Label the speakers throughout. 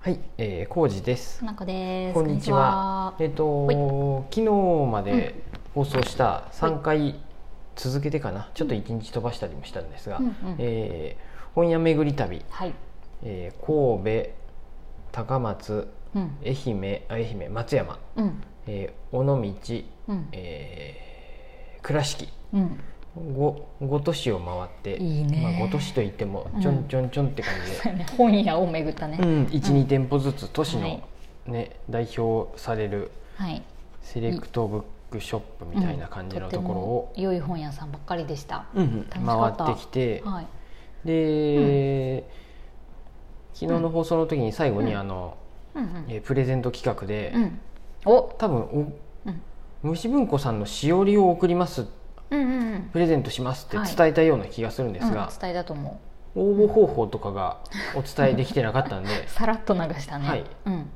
Speaker 1: はい、えー、康二です。
Speaker 2: 花子です。
Speaker 1: こんにちは。えっ、と昨日まで放送した三回続けてかな、ちょっと一日飛ばしたりもしたんですが、
Speaker 2: こんにちは。うんうん。
Speaker 1: えー本屋巡り旅、
Speaker 2: はい。
Speaker 1: えー神戸、高松、
Speaker 2: うん。
Speaker 1: 愛媛、あ愛媛、松山、
Speaker 2: うん。
Speaker 1: えー尾道、
Speaker 2: うん。
Speaker 1: えー倉敷。
Speaker 2: うん。
Speaker 1: ご5都市を回って
Speaker 2: いいね
Speaker 1: まあ、5都市といってもちょんちょんちょんって感じで、
Speaker 2: 本屋を巡ったね。
Speaker 1: うん、12、店舗ずつ都市の、
Speaker 2: はい
Speaker 1: ね、代表される
Speaker 2: はい。
Speaker 1: セレクトブックショップみたいな感じのところを、
Speaker 2: うんとても良い本屋さんばっかりでした。
Speaker 1: うんうん
Speaker 2: 楽しかった
Speaker 1: 回ってきて、
Speaker 2: はい。
Speaker 1: で、昨日の放送の時に最後に、
Speaker 2: うん
Speaker 1: あの
Speaker 2: うんうん。
Speaker 1: えープレゼント企画で、
Speaker 2: うん。お。
Speaker 1: 多分お
Speaker 2: うん。
Speaker 1: 虫文庫さんのしおりを送ります
Speaker 2: うんうんうん。
Speaker 1: プレゼントしますって伝えたような気がするんですが、
Speaker 2: うん伝えだと思
Speaker 1: 応募方法とかがお伝えできてなかったんで
Speaker 2: う。さらっと流したね。
Speaker 1: はい
Speaker 2: うん。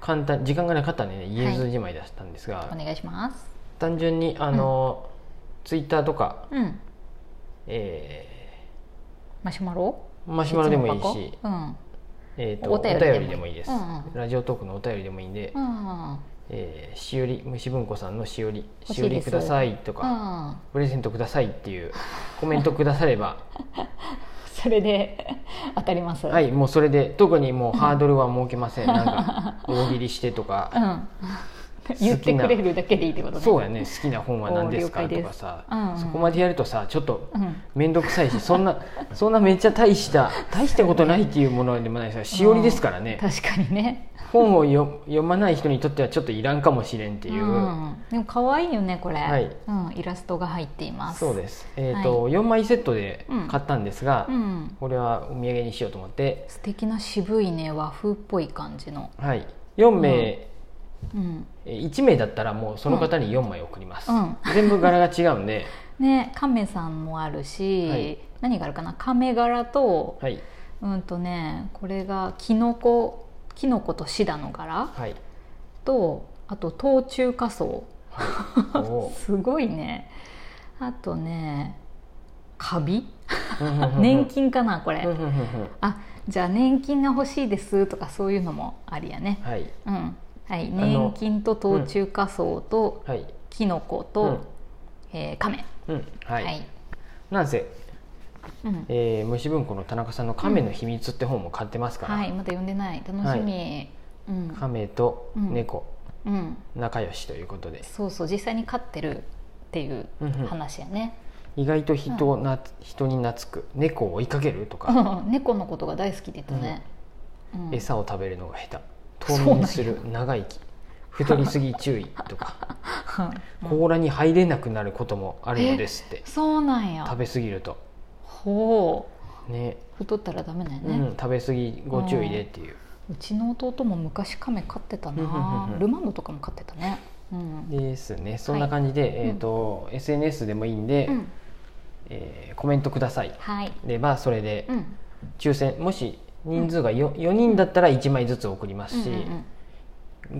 Speaker 1: 簡単時間がなかったんでね言えずじまいだったんですが、
Speaker 2: お願いします。
Speaker 1: 単純にあの、ツイッターとか、
Speaker 2: うん。
Speaker 1: え
Speaker 2: マシュマロ。
Speaker 1: ーマシュマロでもいいし、
Speaker 2: うん。
Speaker 1: えー、とお
Speaker 2: お
Speaker 1: 便
Speaker 2: 便
Speaker 1: り
Speaker 2: り
Speaker 1: で
Speaker 2: で
Speaker 1: も
Speaker 2: も
Speaker 1: い
Speaker 2: い
Speaker 1: い
Speaker 2: い
Speaker 1: です、
Speaker 2: うんうん
Speaker 1: ラジオトークのお便りでもいいんで、
Speaker 2: うん。うん。
Speaker 1: えーしおり虫文庫さんのしおり
Speaker 2: 欲
Speaker 1: し
Speaker 2: し
Speaker 1: お
Speaker 2: い
Speaker 1: り
Speaker 2: です
Speaker 1: くださいとか、プレゼントくださいっていう コメントくだされば
Speaker 2: それで 当たります。
Speaker 1: はいもうそれで特にもうハードルは設けませ んなんか大喜利してと
Speaker 2: う
Speaker 1: か
Speaker 2: ん、言ってくれるだけでいいってことね
Speaker 1: そう
Speaker 2: や、
Speaker 1: やね好きな本は何です
Speaker 2: お
Speaker 1: か
Speaker 2: 了解
Speaker 1: と
Speaker 2: で
Speaker 1: か
Speaker 2: す
Speaker 1: さ、
Speaker 2: うんうん
Speaker 1: そこまでやるとさちょっと
Speaker 2: うん、
Speaker 1: 面倒くさいしそんな そんなめっちゃ大した大したことないっていうものでもないですがしおりですからね
Speaker 2: 確かにね
Speaker 1: 本を読読まない人にとってはちょっといらんかもしれんっていう、
Speaker 2: ん、でも可愛いよねこれ、
Speaker 1: はい
Speaker 2: うん、イラストが入っています
Speaker 1: そう
Speaker 2: す、
Speaker 1: です、えーと4枚セットで買ったんですが、
Speaker 2: うん、
Speaker 1: これはお土産にしようと思って、
Speaker 2: 素敵な渋いね和風っぽい感じの、
Speaker 1: はい、4名、
Speaker 2: うん、
Speaker 1: えー1名だったらもうその方に4枚送ります、
Speaker 2: うん
Speaker 1: 全部柄が違うんで、
Speaker 2: ね亀さんもあるし、
Speaker 1: はい
Speaker 2: 何があるかな亀柄と、
Speaker 1: はい
Speaker 2: うんとねこれがキノコキノコとシダの柄
Speaker 1: はい、
Speaker 2: とあと冬中火草
Speaker 1: はい、 お
Speaker 2: すごいねあとねカビ
Speaker 1: ー
Speaker 2: 年金かなこれ、
Speaker 1: うんうんうんうん
Speaker 2: あじゃあ年金が欲しいですとかそういうのもありやね
Speaker 1: はい
Speaker 2: うんはい
Speaker 1: の
Speaker 2: 年金と冬中火草と
Speaker 1: はい
Speaker 2: キノコと、えー、亀
Speaker 1: うんは、
Speaker 2: はいい、
Speaker 1: なんせ
Speaker 2: うん
Speaker 1: えー、虫文庫の田中さんの「亀の秘密」って本も買ってますから、
Speaker 2: はいまだ読んでない楽しみ、うん、
Speaker 1: 亀と猫、
Speaker 2: うん、
Speaker 1: 仲良しということで
Speaker 2: そうそう実際に飼ってるっていう話やね、
Speaker 1: 意外と人をな、人に懐く猫を追いかけるとか、
Speaker 2: 猫のことが大好きで言ったね、うん
Speaker 1: 餌を食べるのが下手冬眠する長生き太りすぎ注意と か甲羅に入れなくなることもあるのですって
Speaker 2: そうなん
Speaker 1: 食
Speaker 2: や
Speaker 1: べ過ぎると
Speaker 2: ほう
Speaker 1: ね
Speaker 2: 太ったらダメだよ
Speaker 1: う
Speaker 2: ね、
Speaker 1: ん、食べ過ぎご注意でっていう、
Speaker 2: うちの弟も昔亀飼ってた
Speaker 1: うんうんうん
Speaker 2: な
Speaker 1: うん
Speaker 2: ルマンドとかも飼ってたねうん、
Speaker 1: ですねそんな感じで、えーと SNS でもいいんで、
Speaker 2: うん
Speaker 1: えーコメントください
Speaker 2: はい
Speaker 1: でまあそれで、
Speaker 2: うん
Speaker 1: 抽選もし人数が 4, 4人だったら1枚ずつ送りますし、
Speaker 2: うんうんうん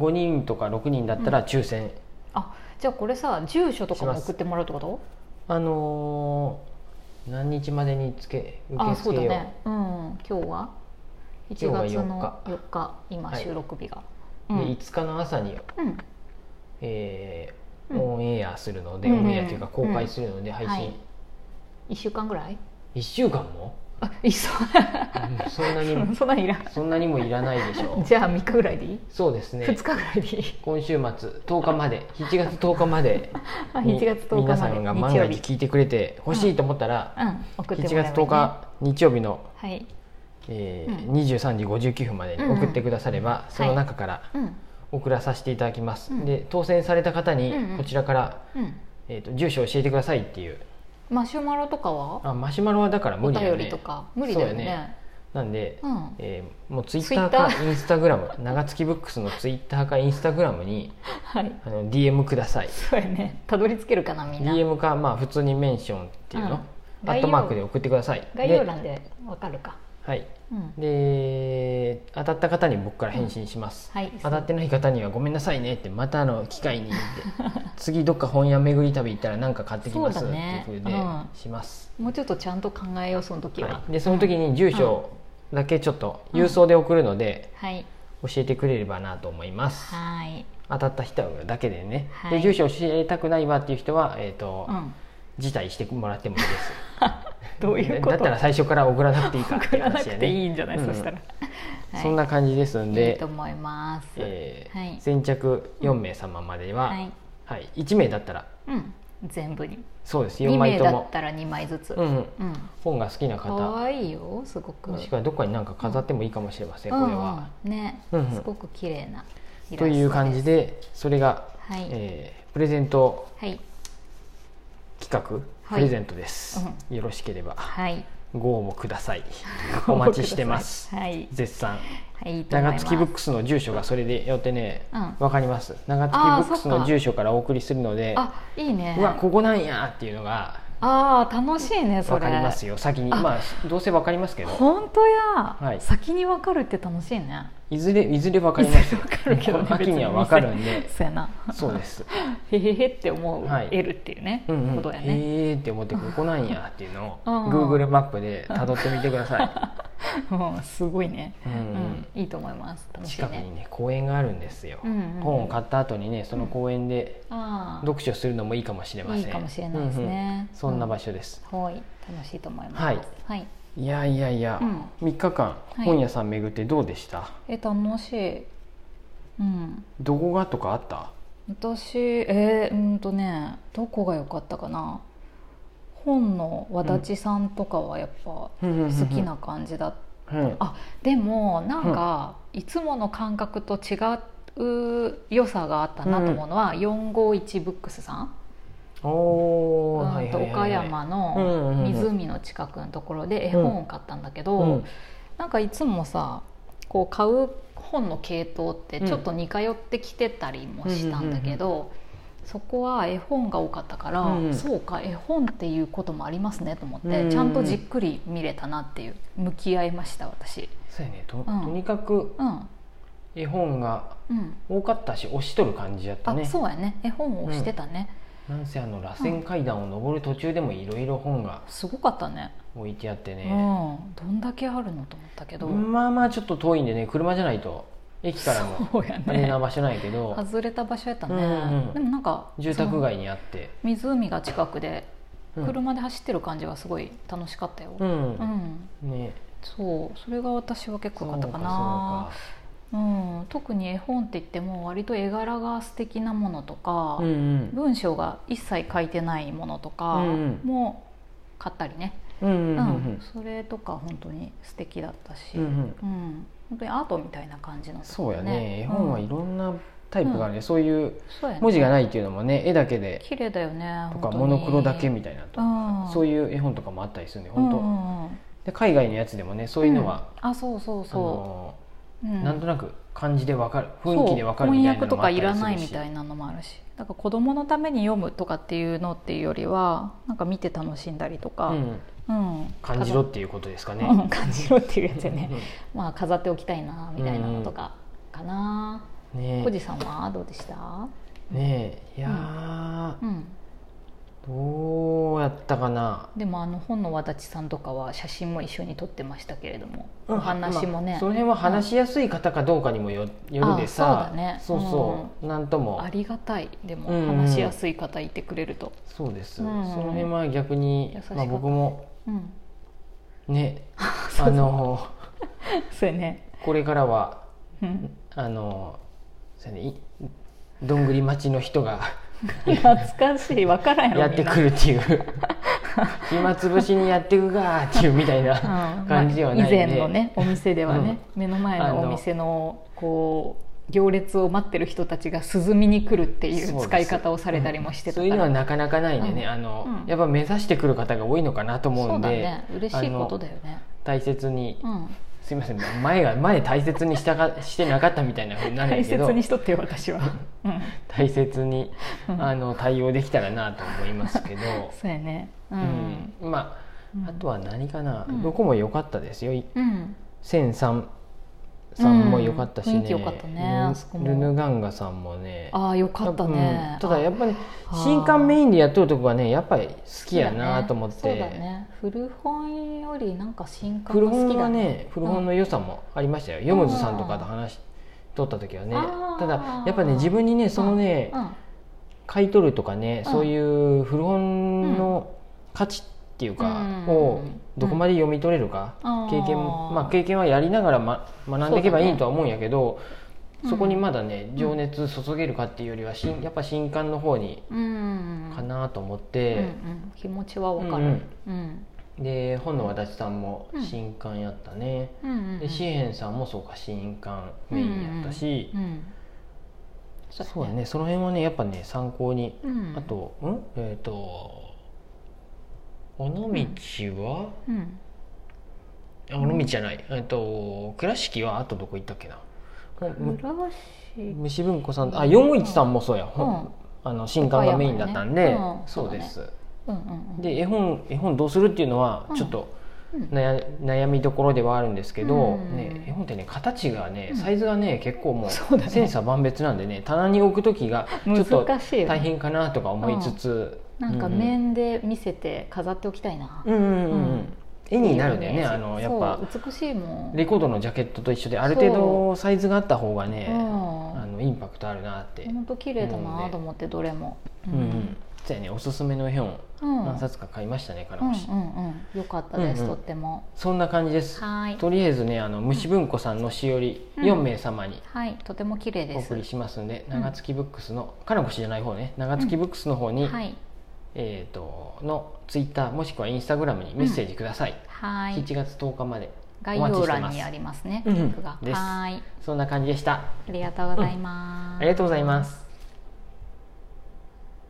Speaker 1: 5人とか6人だったら抽選、
Speaker 2: あじゃあこれさ住所とかも送ってもらうってこと
Speaker 1: あのー何日までにつけ受け
Speaker 2: あそ
Speaker 1: 付けよう
Speaker 2: うだねうん今日は1
Speaker 1: 今
Speaker 2: 月
Speaker 1: 日は
Speaker 2: の4日今
Speaker 1: はい
Speaker 2: 収録日が、
Speaker 1: で5日の朝に、
Speaker 2: うん、うん
Speaker 1: えー
Speaker 2: うん
Speaker 1: オンエアするので、
Speaker 2: うん
Speaker 1: オンエアというか公開するので配信、
Speaker 2: はい1週間ぐらい
Speaker 1: 1週間も、
Speaker 2: あいっそ
Speaker 1: うんそんなに
Speaker 2: そんなんいらん
Speaker 1: そんなにもいらないでしょう
Speaker 2: じゃあ3日ぐらいでいい、
Speaker 1: そうですね
Speaker 2: 2日ぐらいでいい
Speaker 1: 今週末10日まで7月10日まで
Speaker 2: あ
Speaker 1: に
Speaker 2: 1月10日まで
Speaker 1: 皆さんが万が
Speaker 2: 日曜
Speaker 1: 一
Speaker 2: 日
Speaker 1: 聞いてくれて欲しいと思ったら、
Speaker 2: うん送って
Speaker 1: 1
Speaker 2: もらえばいい、ね、
Speaker 1: 月10日日曜日の、
Speaker 2: はい
Speaker 1: えー
Speaker 2: う
Speaker 1: 23時59分までに送ってくだされば、
Speaker 2: ん
Speaker 1: その中から
Speaker 2: うん
Speaker 1: 送らさせていただきます、
Speaker 2: うん
Speaker 1: で当選された方に
Speaker 2: うんうん
Speaker 1: こちらから、
Speaker 2: うん
Speaker 1: えー、と住所を教えてくださいっていう
Speaker 2: マシュマロとかは
Speaker 1: あマシュマロはだから無
Speaker 2: お
Speaker 1: 理だよ
Speaker 2: 便
Speaker 1: ね
Speaker 2: りとか無理だよ
Speaker 1: そう
Speaker 2: ね
Speaker 1: やねなんで、
Speaker 2: うん
Speaker 1: えーもうツイッターかインスタグラム 長月ブックスのツイッターかインスタグラムに
Speaker 2: はい
Speaker 1: あの DM ください
Speaker 2: そうやねたどり着けるかなみんな
Speaker 1: DM かまあ普通にメンションっていうの、
Speaker 2: うん
Speaker 1: アットマークで送ってください
Speaker 2: 概要
Speaker 1: で
Speaker 2: 欄でわかるか
Speaker 1: はい
Speaker 2: うん
Speaker 1: で当たった方に僕から返信します、
Speaker 2: はい
Speaker 1: 当たってない方には「ごめんなさいね」って「またの機会に」って 「次どっか本屋巡り旅行ったら何か買ってきます」
Speaker 2: そうだね
Speaker 1: っていうふうで
Speaker 2: うん
Speaker 1: します、
Speaker 2: もうちょっとちゃんと考えようその時は
Speaker 1: はい、でその時に住所だけちょっと郵送で送るので、
Speaker 2: はい
Speaker 1: 教えてくれればなと思います
Speaker 2: はい
Speaker 1: 当たった人だけでね、
Speaker 2: はい
Speaker 1: で住所教えたくないわっていう人は、えーと
Speaker 2: うん
Speaker 1: 辞退してもらって もいいです
Speaker 2: どういうこと
Speaker 1: だったら最初から送らなくていいかって
Speaker 2: 送
Speaker 1: いう
Speaker 2: らな
Speaker 1: 話
Speaker 2: く
Speaker 1: や
Speaker 2: ていい
Speaker 1: ね
Speaker 2: んじゃない、
Speaker 1: うん
Speaker 2: そしたら、はい、
Speaker 1: そんな感じですん
Speaker 2: いい
Speaker 1: で
Speaker 2: と思います、
Speaker 1: えー
Speaker 2: はい
Speaker 1: 先着4名様までは、
Speaker 2: はい、
Speaker 1: はい、1名だったら
Speaker 2: うん、全部に
Speaker 1: そうです4
Speaker 2: 2名
Speaker 1: 枚と
Speaker 2: だ
Speaker 1: も
Speaker 2: っ、たら2枚ずつ、
Speaker 1: うんうん、
Speaker 2: うん、
Speaker 1: 本が好きな
Speaker 2: か
Speaker 1: 方
Speaker 2: わいいよすごく
Speaker 1: もしくはどっかになんか飾ってもいいかもしれません、これは。
Speaker 2: うんうん、ね、
Speaker 1: うんうん
Speaker 2: すごく綺麗なイラスト
Speaker 1: という感じ
Speaker 2: で
Speaker 1: でそれが、
Speaker 2: すはい、
Speaker 1: えープレゼント
Speaker 2: はい
Speaker 1: 企画、
Speaker 2: はい
Speaker 1: プレゼントです、よろしければ
Speaker 2: はい
Speaker 1: ご応募くだ さいお待ちしてます
Speaker 2: はい、
Speaker 1: 絶賛
Speaker 2: はい、いいと思い
Speaker 1: 長
Speaker 2: ます
Speaker 1: 月ブックスの住所がそれでよってね
Speaker 2: うん
Speaker 1: わかります長月
Speaker 2: あー
Speaker 1: ブックス
Speaker 2: そっ
Speaker 1: の
Speaker 2: か
Speaker 1: 住所からお送りするので
Speaker 2: あいいね
Speaker 1: うわここなんやっていうのが
Speaker 2: あー楽しいねそれ
Speaker 1: わかりますよ先に
Speaker 2: あ
Speaker 1: まあどうせわかりますけど
Speaker 2: 本当や、
Speaker 1: はい
Speaker 2: 先にわかるって楽しいね
Speaker 1: いずれいずれわかりますよ
Speaker 2: わかるけ ど、ね、
Speaker 1: この秋にはわかるんで
Speaker 2: そうやな
Speaker 1: そう です
Speaker 2: へへへって思う、
Speaker 1: はい
Speaker 2: 得るっていうね、
Speaker 1: うんうん
Speaker 2: ことやね、
Speaker 1: えーって思ってここなんやっていうのを
Speaker 2: うん
Speaker 1: Google マップで辿ってみてください
Speaker 2: うんすごいね、
Speaker 1: うんうん
Speaker 2: うんいいと思います楽 しい
Speaker 1: 近くに
Speaker 2: ね
Speaker 1: ね公園があるんですよ、
Speaker 2: うんうん
Speaker 1: 本を買った後にねその公園で
Speaker 2: ああ
Speaker 1: 読書するのもいいかもしれません
Speaker 2: いいかもしれないですね
Speaker 1: うんうんそんな場所です、
Speaker 2: はい楽しいと思います
Speaker 1: はい
Speaker 2: はい、
Speaker 1: いやいやいや、
Speaker 2: うん
Speaker 1: 3日間
Speaker 2: い
Speaker 1: 本屋さん巡ってどうでした、
Speaker 2: え楽しいうん
Speaker 1: どこがとかあった
Speaker 2: 私えー、うんとねどこが良かったかな本の和立さんとかはやっぱ
Speaker 1: 好
Speaker 2: 好き、な感じだった
Speaker 1: うん、
Speaker 2: あでもなんかいつもの感覚と違う良さがあったなと思うのは、451ブックスさん、
Speaker 1: おー
Speaker 2: うん
Speaker 1: はい
Speaker 2: と
Speaker 1: はいはい
Speaker 2: 岡
Speaker 1: はい
Speaker 2: 山
Speaker 1: うんうん
Speaker 2: の
Speaker 1: うん
Speaker 2: 湖の近くのところで絵本を買ったんだけど、
Speaker 1: うん
Speaker 2: なんかいつもさこう買う本の系統ってちょっと似通ってきてたりもしたんだけど、そこは絵本が多かったから、
Speaker 1: うんうん
Speaker 2: そうか絵本っていうこともありますねと思って、
Speaker 1: うんうんうん
Speaker 2: ちゃんとじっくり見れたなっていう向き合いました私。
Speaker 1: そうやねと,、
Speaker 2: ん
Speaker 1: とにかく
Speaker 2: うん
Speaker 1: 絵本が
Speaker 2: うん
Speaker 1: 多かったし押しとる感じやった
Speaker 2: あ、
Speaker 1: ね
Speaker 2: そうやね絵本をしてたね、
Speaker 1: なんせあの螺旋階段を登る途中でもいろいろ本が
Speaker 2: すごかったね
Speaker 1: 置いてあってね、
Speaker 2: うんどんだけあるのと思ったけど、
Speaker 1: まあまあちょっと遠いんでね車じゃないと駅からも
Speaker 2: そうや
Speaker 1: あれな
Speaker 2: ね
Speaker 1: 場所ないけ ど、
Speaker 2: 外れた場所やったね、
Speaker 1: うんうん
Speaker 2: でもなんか
Speaker 1: 住宅街にあって、
Speaker 2: その湖が近くで
Speaker 1: うん
Speaker 2: 車で走ってる感じがすごい楽しかったよ、
Speaker 1: う
Speaker 2: うん
Speaker 1: んね
Speaker 2: そうそれが私は結構良かったか
Speaker 1: そ
Speaker 2: なう、ん、特に絵本って言っても割と絵柄が素敵なものとか、
Speaker 1: うかうんうん
Speaker 2: 文章が一切書いてないものとか
Speaker 1: うんうん
Speaker 2: も買ったりね、
Speaker 1: うんうんう
Speaker 2: うん
Speaker 1: ん、
Speaker 2: それとか本当に素敵だったし、
Speaker 1: うんうん
Speaker 2: うん本当にアートみたいな感じのと
Speaker 1: そ
Speaker 2: こ
Speaker 1: う
Speaker 2: ろ
Speaker 1: や
Speaker 2: ね、
Speaker 1: ね絵本はい
Speaker 2: うん
Speaker 1: ろんなタイプがあるね、そういう
Speaker 2: そうやね
Speaker 1: 文字がないっていうのもね絵だけで
Speaker 2: 綺麗だよね
Speaker 1: とかモノクロだけみたいなと
Speaker 2: あ
Speaker 1: そう
Speaker 2: いう
Speaker 1: いう絵本とかもあったりするんで本当、
Speaker 2: んうん、
Speaker 1: で海外のやつでもねそういうのは、
Speaker 2: うんあそうそう
Speaker 1: あ
Speaker 2: そ
Speaker 1: の
Speaker 2: う、うん
Speaker 1: なんとなく漢字でわかる
Speaker 2: そう
Speaker 1: 雰囲気でわかるみたいなの
Speaker 2: 翻訳と
Speaker 1: もあ
Speaker 2: か
Speaker 1: ったり
Speaker 2: い
Speaker 1: するし
Speaker 2: らないみたいなのもあるしだから子供のために読むとかっていうのっていうよりはなんか見て楽しんだりとか、
Speaker 1: う
Speaker 2: うん
Speaker 1: ん、感じろっていうことですかね
Speaker 2: 飾うん感じろっていうやつよね
Speaker 1: ね
Speaker 2: まあ飾っておきたいなみたいなのとかかな、
Speaker 1: ね
Speaker 2: 小路さんはどうでした
Speaker 1: ねえいやー
Speaker 2: うん
Speaker 1: どうやったかな、
Speaker 2: でもあの本の和立さんとかは写真も一緒に撮ってましたけれども、
Speaker 1: うん
Speaker 2: お話も
Speaker 1: ま
Speaker 2: ね
Speaker 1: あその辺は話しやすい方かどうかにもよよるでさ
Speaker 2: あそうだね
Speaker 1: そうそう、なんとも
Speaker 2: ありがたいでも
Speaker 1: うんうん
Speaker 2: 話しやすい方いてくれると、
Speaker 1: そうです、
Speaker 2: うん
Speaker 1: その辺は逆に
Speaker 2: 優し、かった
Speaker 1: まあ、僕も
Speaker 2: うん、
Speaker 1: ねあの
Speaker 2: そうやね、
Speaker 1: これからは
Speaker 2: うん、
Speaker 1: あのそうやねいどんぐり町の人 が
Speaker 2: 懐かしい分からんやろ
Speaker 1: やってくるっていう暇つぶしにやってくがーっていうみたい
Speaker 2: みんな
Speaker 1: な
Speaker 2: うん
Speaker 1: 感じではないんで、
Speaker 2: まあ以前 のねお店ではね、目の前
Speaker 1: あ
Speaker 2: の
Speaker 1: の
Speaker 2: お店のこう行列を待ってる人たちが涼みに来るってい
Speaker 1: そうで
Speaker 2: う
Speaker 1: す
Speaker 2: 使い方をされたりもして
Speaker 1: そ
Speaker 2: たか
Speaker 1: ういうのは
Speaker 2: ら
Speaker 1: なかなかないんでね、
Speaker 2: うん
Speaker 1: あの
Speaker 2: うん
Speaker 1: やっぱ目指してくる方が多いのかなと思う
Speaker 2: そ
Speaker 1: ん
Speaker 2: う
Speaker 1: で
Speaker 2: だね嬉しいことだよね
Speaker 1: 大切に、
Speaker 2: うん
Speaker 1: すいません前が前大切にしたかしてなかったみたいなふうになるん
Speaker 2: 大
Speaker 1: やけ
Speaker 2: 切
Speaker 1: ど
Speaker 2: にしとってよ私は、うん、
Speaker 1: 大切に
Speaker 2: うん、
Speaker 1: あの対応できたらなと思いますけど
Speaker 2: そうやねう
Speaker 1: うんん、まああとは
Speaker 2: は
Speaker 1: 何かな、
Speaker 2: うん
Speaker 1: どこも良かったですよ
Speaker 2: うん
Speaker 1: 1003さんも良かったしね,
Speaker 2: う
Speaker 1: ル
Speaker 2: ん雰囲
Speaker 1: ヌ、
Speaker 2: 気良かったねあそこも
Speaker 1: ルヌガンガさんもね
Speaker 2: ああよかったね
Speaker 1: うん、ただやっぱり、
Speaker 2: あー
Speaker 1: 新刊メインでやっとるとこはねやっぱり好きやなと思っ
Speaker 2: そう
Speaker 1: て、
Speaker 2: だね古本よりなんか新刊
Speaker 1: 古
Speaker 2: が好
Speaker 1: 本
Speaker 2: きだ
Speaker 1: は
Speaker 2: ね
Speaker 1: ね古本の良さもありましたよ、ヨムズさんとかと話し撮った時はね
Speaker 2: あー
Speaker 1: ただやっぱね自分にねそのね
Speaker 2: うん
Speaker 1: 買い取るとかね、
Speaker 2: うん
Speaker 1: そういう古本の価値っていうか、
Speaker 2: うん
Speaker 1: をどこまで読み取れるか、
Speaker 2: うん
Speaker 1: 経験
Speaker 2: あー
Speaker 1: まあ、経験はやりながら、ま、学んでいけば
Speaker 2: そうだね
Speaker 1: いいとは思うんやけどそ,、
Speaker 2: うん
Speaker 1: こにまだね情熱注げるかっていうよりはしんやっぱ新刊の方に
Speaker 2: うん
Speaker 1: かなと思っ
Speaker 2: うんう
Speaker 1: て、
Speaker 2: ん、気持ちはわかる、
Speaker 1: う
Speaker 2: うんんうん
Speaker 1: で本の足立さんも
Speaker 2: うん
Speaker 1: 新刊やったね、
Speaker 2: うんうん、
Speaker 1: でシエヘンさんもそうか新刊メインやったし、
Speaker 2: うん、
Speaker 1: そうやねその辺はねやっぱね参考に
Speaker 2: うん、
Speaker 1: あ、と、うん、えっ、と。尾道は。
Speaker 2: うん、
Speaker 1: あ尾道じゃない、えっ、と、倉敷は、あとどこ行ったっけな。ほんむ
Speaker 2: 浦和市
Speaker 1: 虫文庫さん、あ、四一さんもそうや、ほん
Speaker 2: うん
Speaker 1: あの新刊がメインだったんで、
Speaker 2: 岡山ねうん
Speaker 1: そうです。
Speaker 2: うんうんうん
Speaker 1: で、絵本、絵本どうするっていうのは
Speaker 2: う、ん
Speaker 1: ちょっと。
Speaker 2: うん
Speaker 1: 悩悩みどころではあるんですけど、
Speaker 2: うん
Speaker 1: ね、絵本ってね形がね
Speaker 2: うん
Speaker 1: サイズがね結構も
Speaker 2: そうだ
Speaker 1: う
Speaker 2: ね
Speaker 1: 千差万別なんでね棚に置く時 がちょっと
Speaker 2: 難しいよね
Speaker 1: 大変かなとか思いつつ、
Speaker 2: なんか
Speaker 1: うう
Speaker 2: 面で見せて飾っておきたいな、
Speaker 1: うんうんうんう
Speaker 2: うんん、
Speaker 1: 絵になるんだよ
Speaker 2: いい
Speaker 1: ね
Speaker 2: よ
Speaker 1: あのやっぱ
Speaker 2: そう美しいもん
Speaker 1: レコードのジャケットと一緒である程
Speaker 2: そ
Speaker 1: 度サイズがあった方がね、
Speaker 2: うん
Speaker 1: あのインパクトあるなって、うん
Speaker 2: 本当綺麗だ
Speaker 1: 思うん
Speaker 2: な
Speaker 1: で
Speaker 2: と思ってどれも、う
Speaker 1: うんそうやねおすすめの絵本
Speaker 2: うん
Speaker 1: 何冊か買いましたねから
Speaker 2: うんう
Speaker 1: も
Speaker 2: ん
Speaker 1: し、
Speaker 2: うん、よかったです、
Speaker 1: うんうん
Speaker 2: とっても
Speaker 1: そんな感じです
Speaker 2: はい
Speaker 1: とりあえずねあの虫文庫さんのしおり
Speaker 2: うん
Speaker 1: 4名様に
Speaker 2: はいとても綺麗
Speaker 1: お
Speaker 2: です
Speaker 1: 送りしますんで、
Speaker 2: うん
Speaker 1: 長月ブックスのかなこしじゃない方ね長月ブックスの方に、
Speaker 2: はい
Speaker 1: えっ、とのツイッターもしくはインスタグラムにメッセージください、
Speaker 2: はい
Speaker 1: 7月10日まで
Speaker 2: 概
Speaker 1: お待ち
Speaker 2: 要
Speaker 1: してます
Speaker 2: 欄にありますね
Speaker 1: うん
Speaker 2: リンクが、
Speaker 1: です
Speaker 2: はい
Speaker 1: そんな感じでした
Speaker 2: ありがとうございます、
Speaker 1: ありがとうございます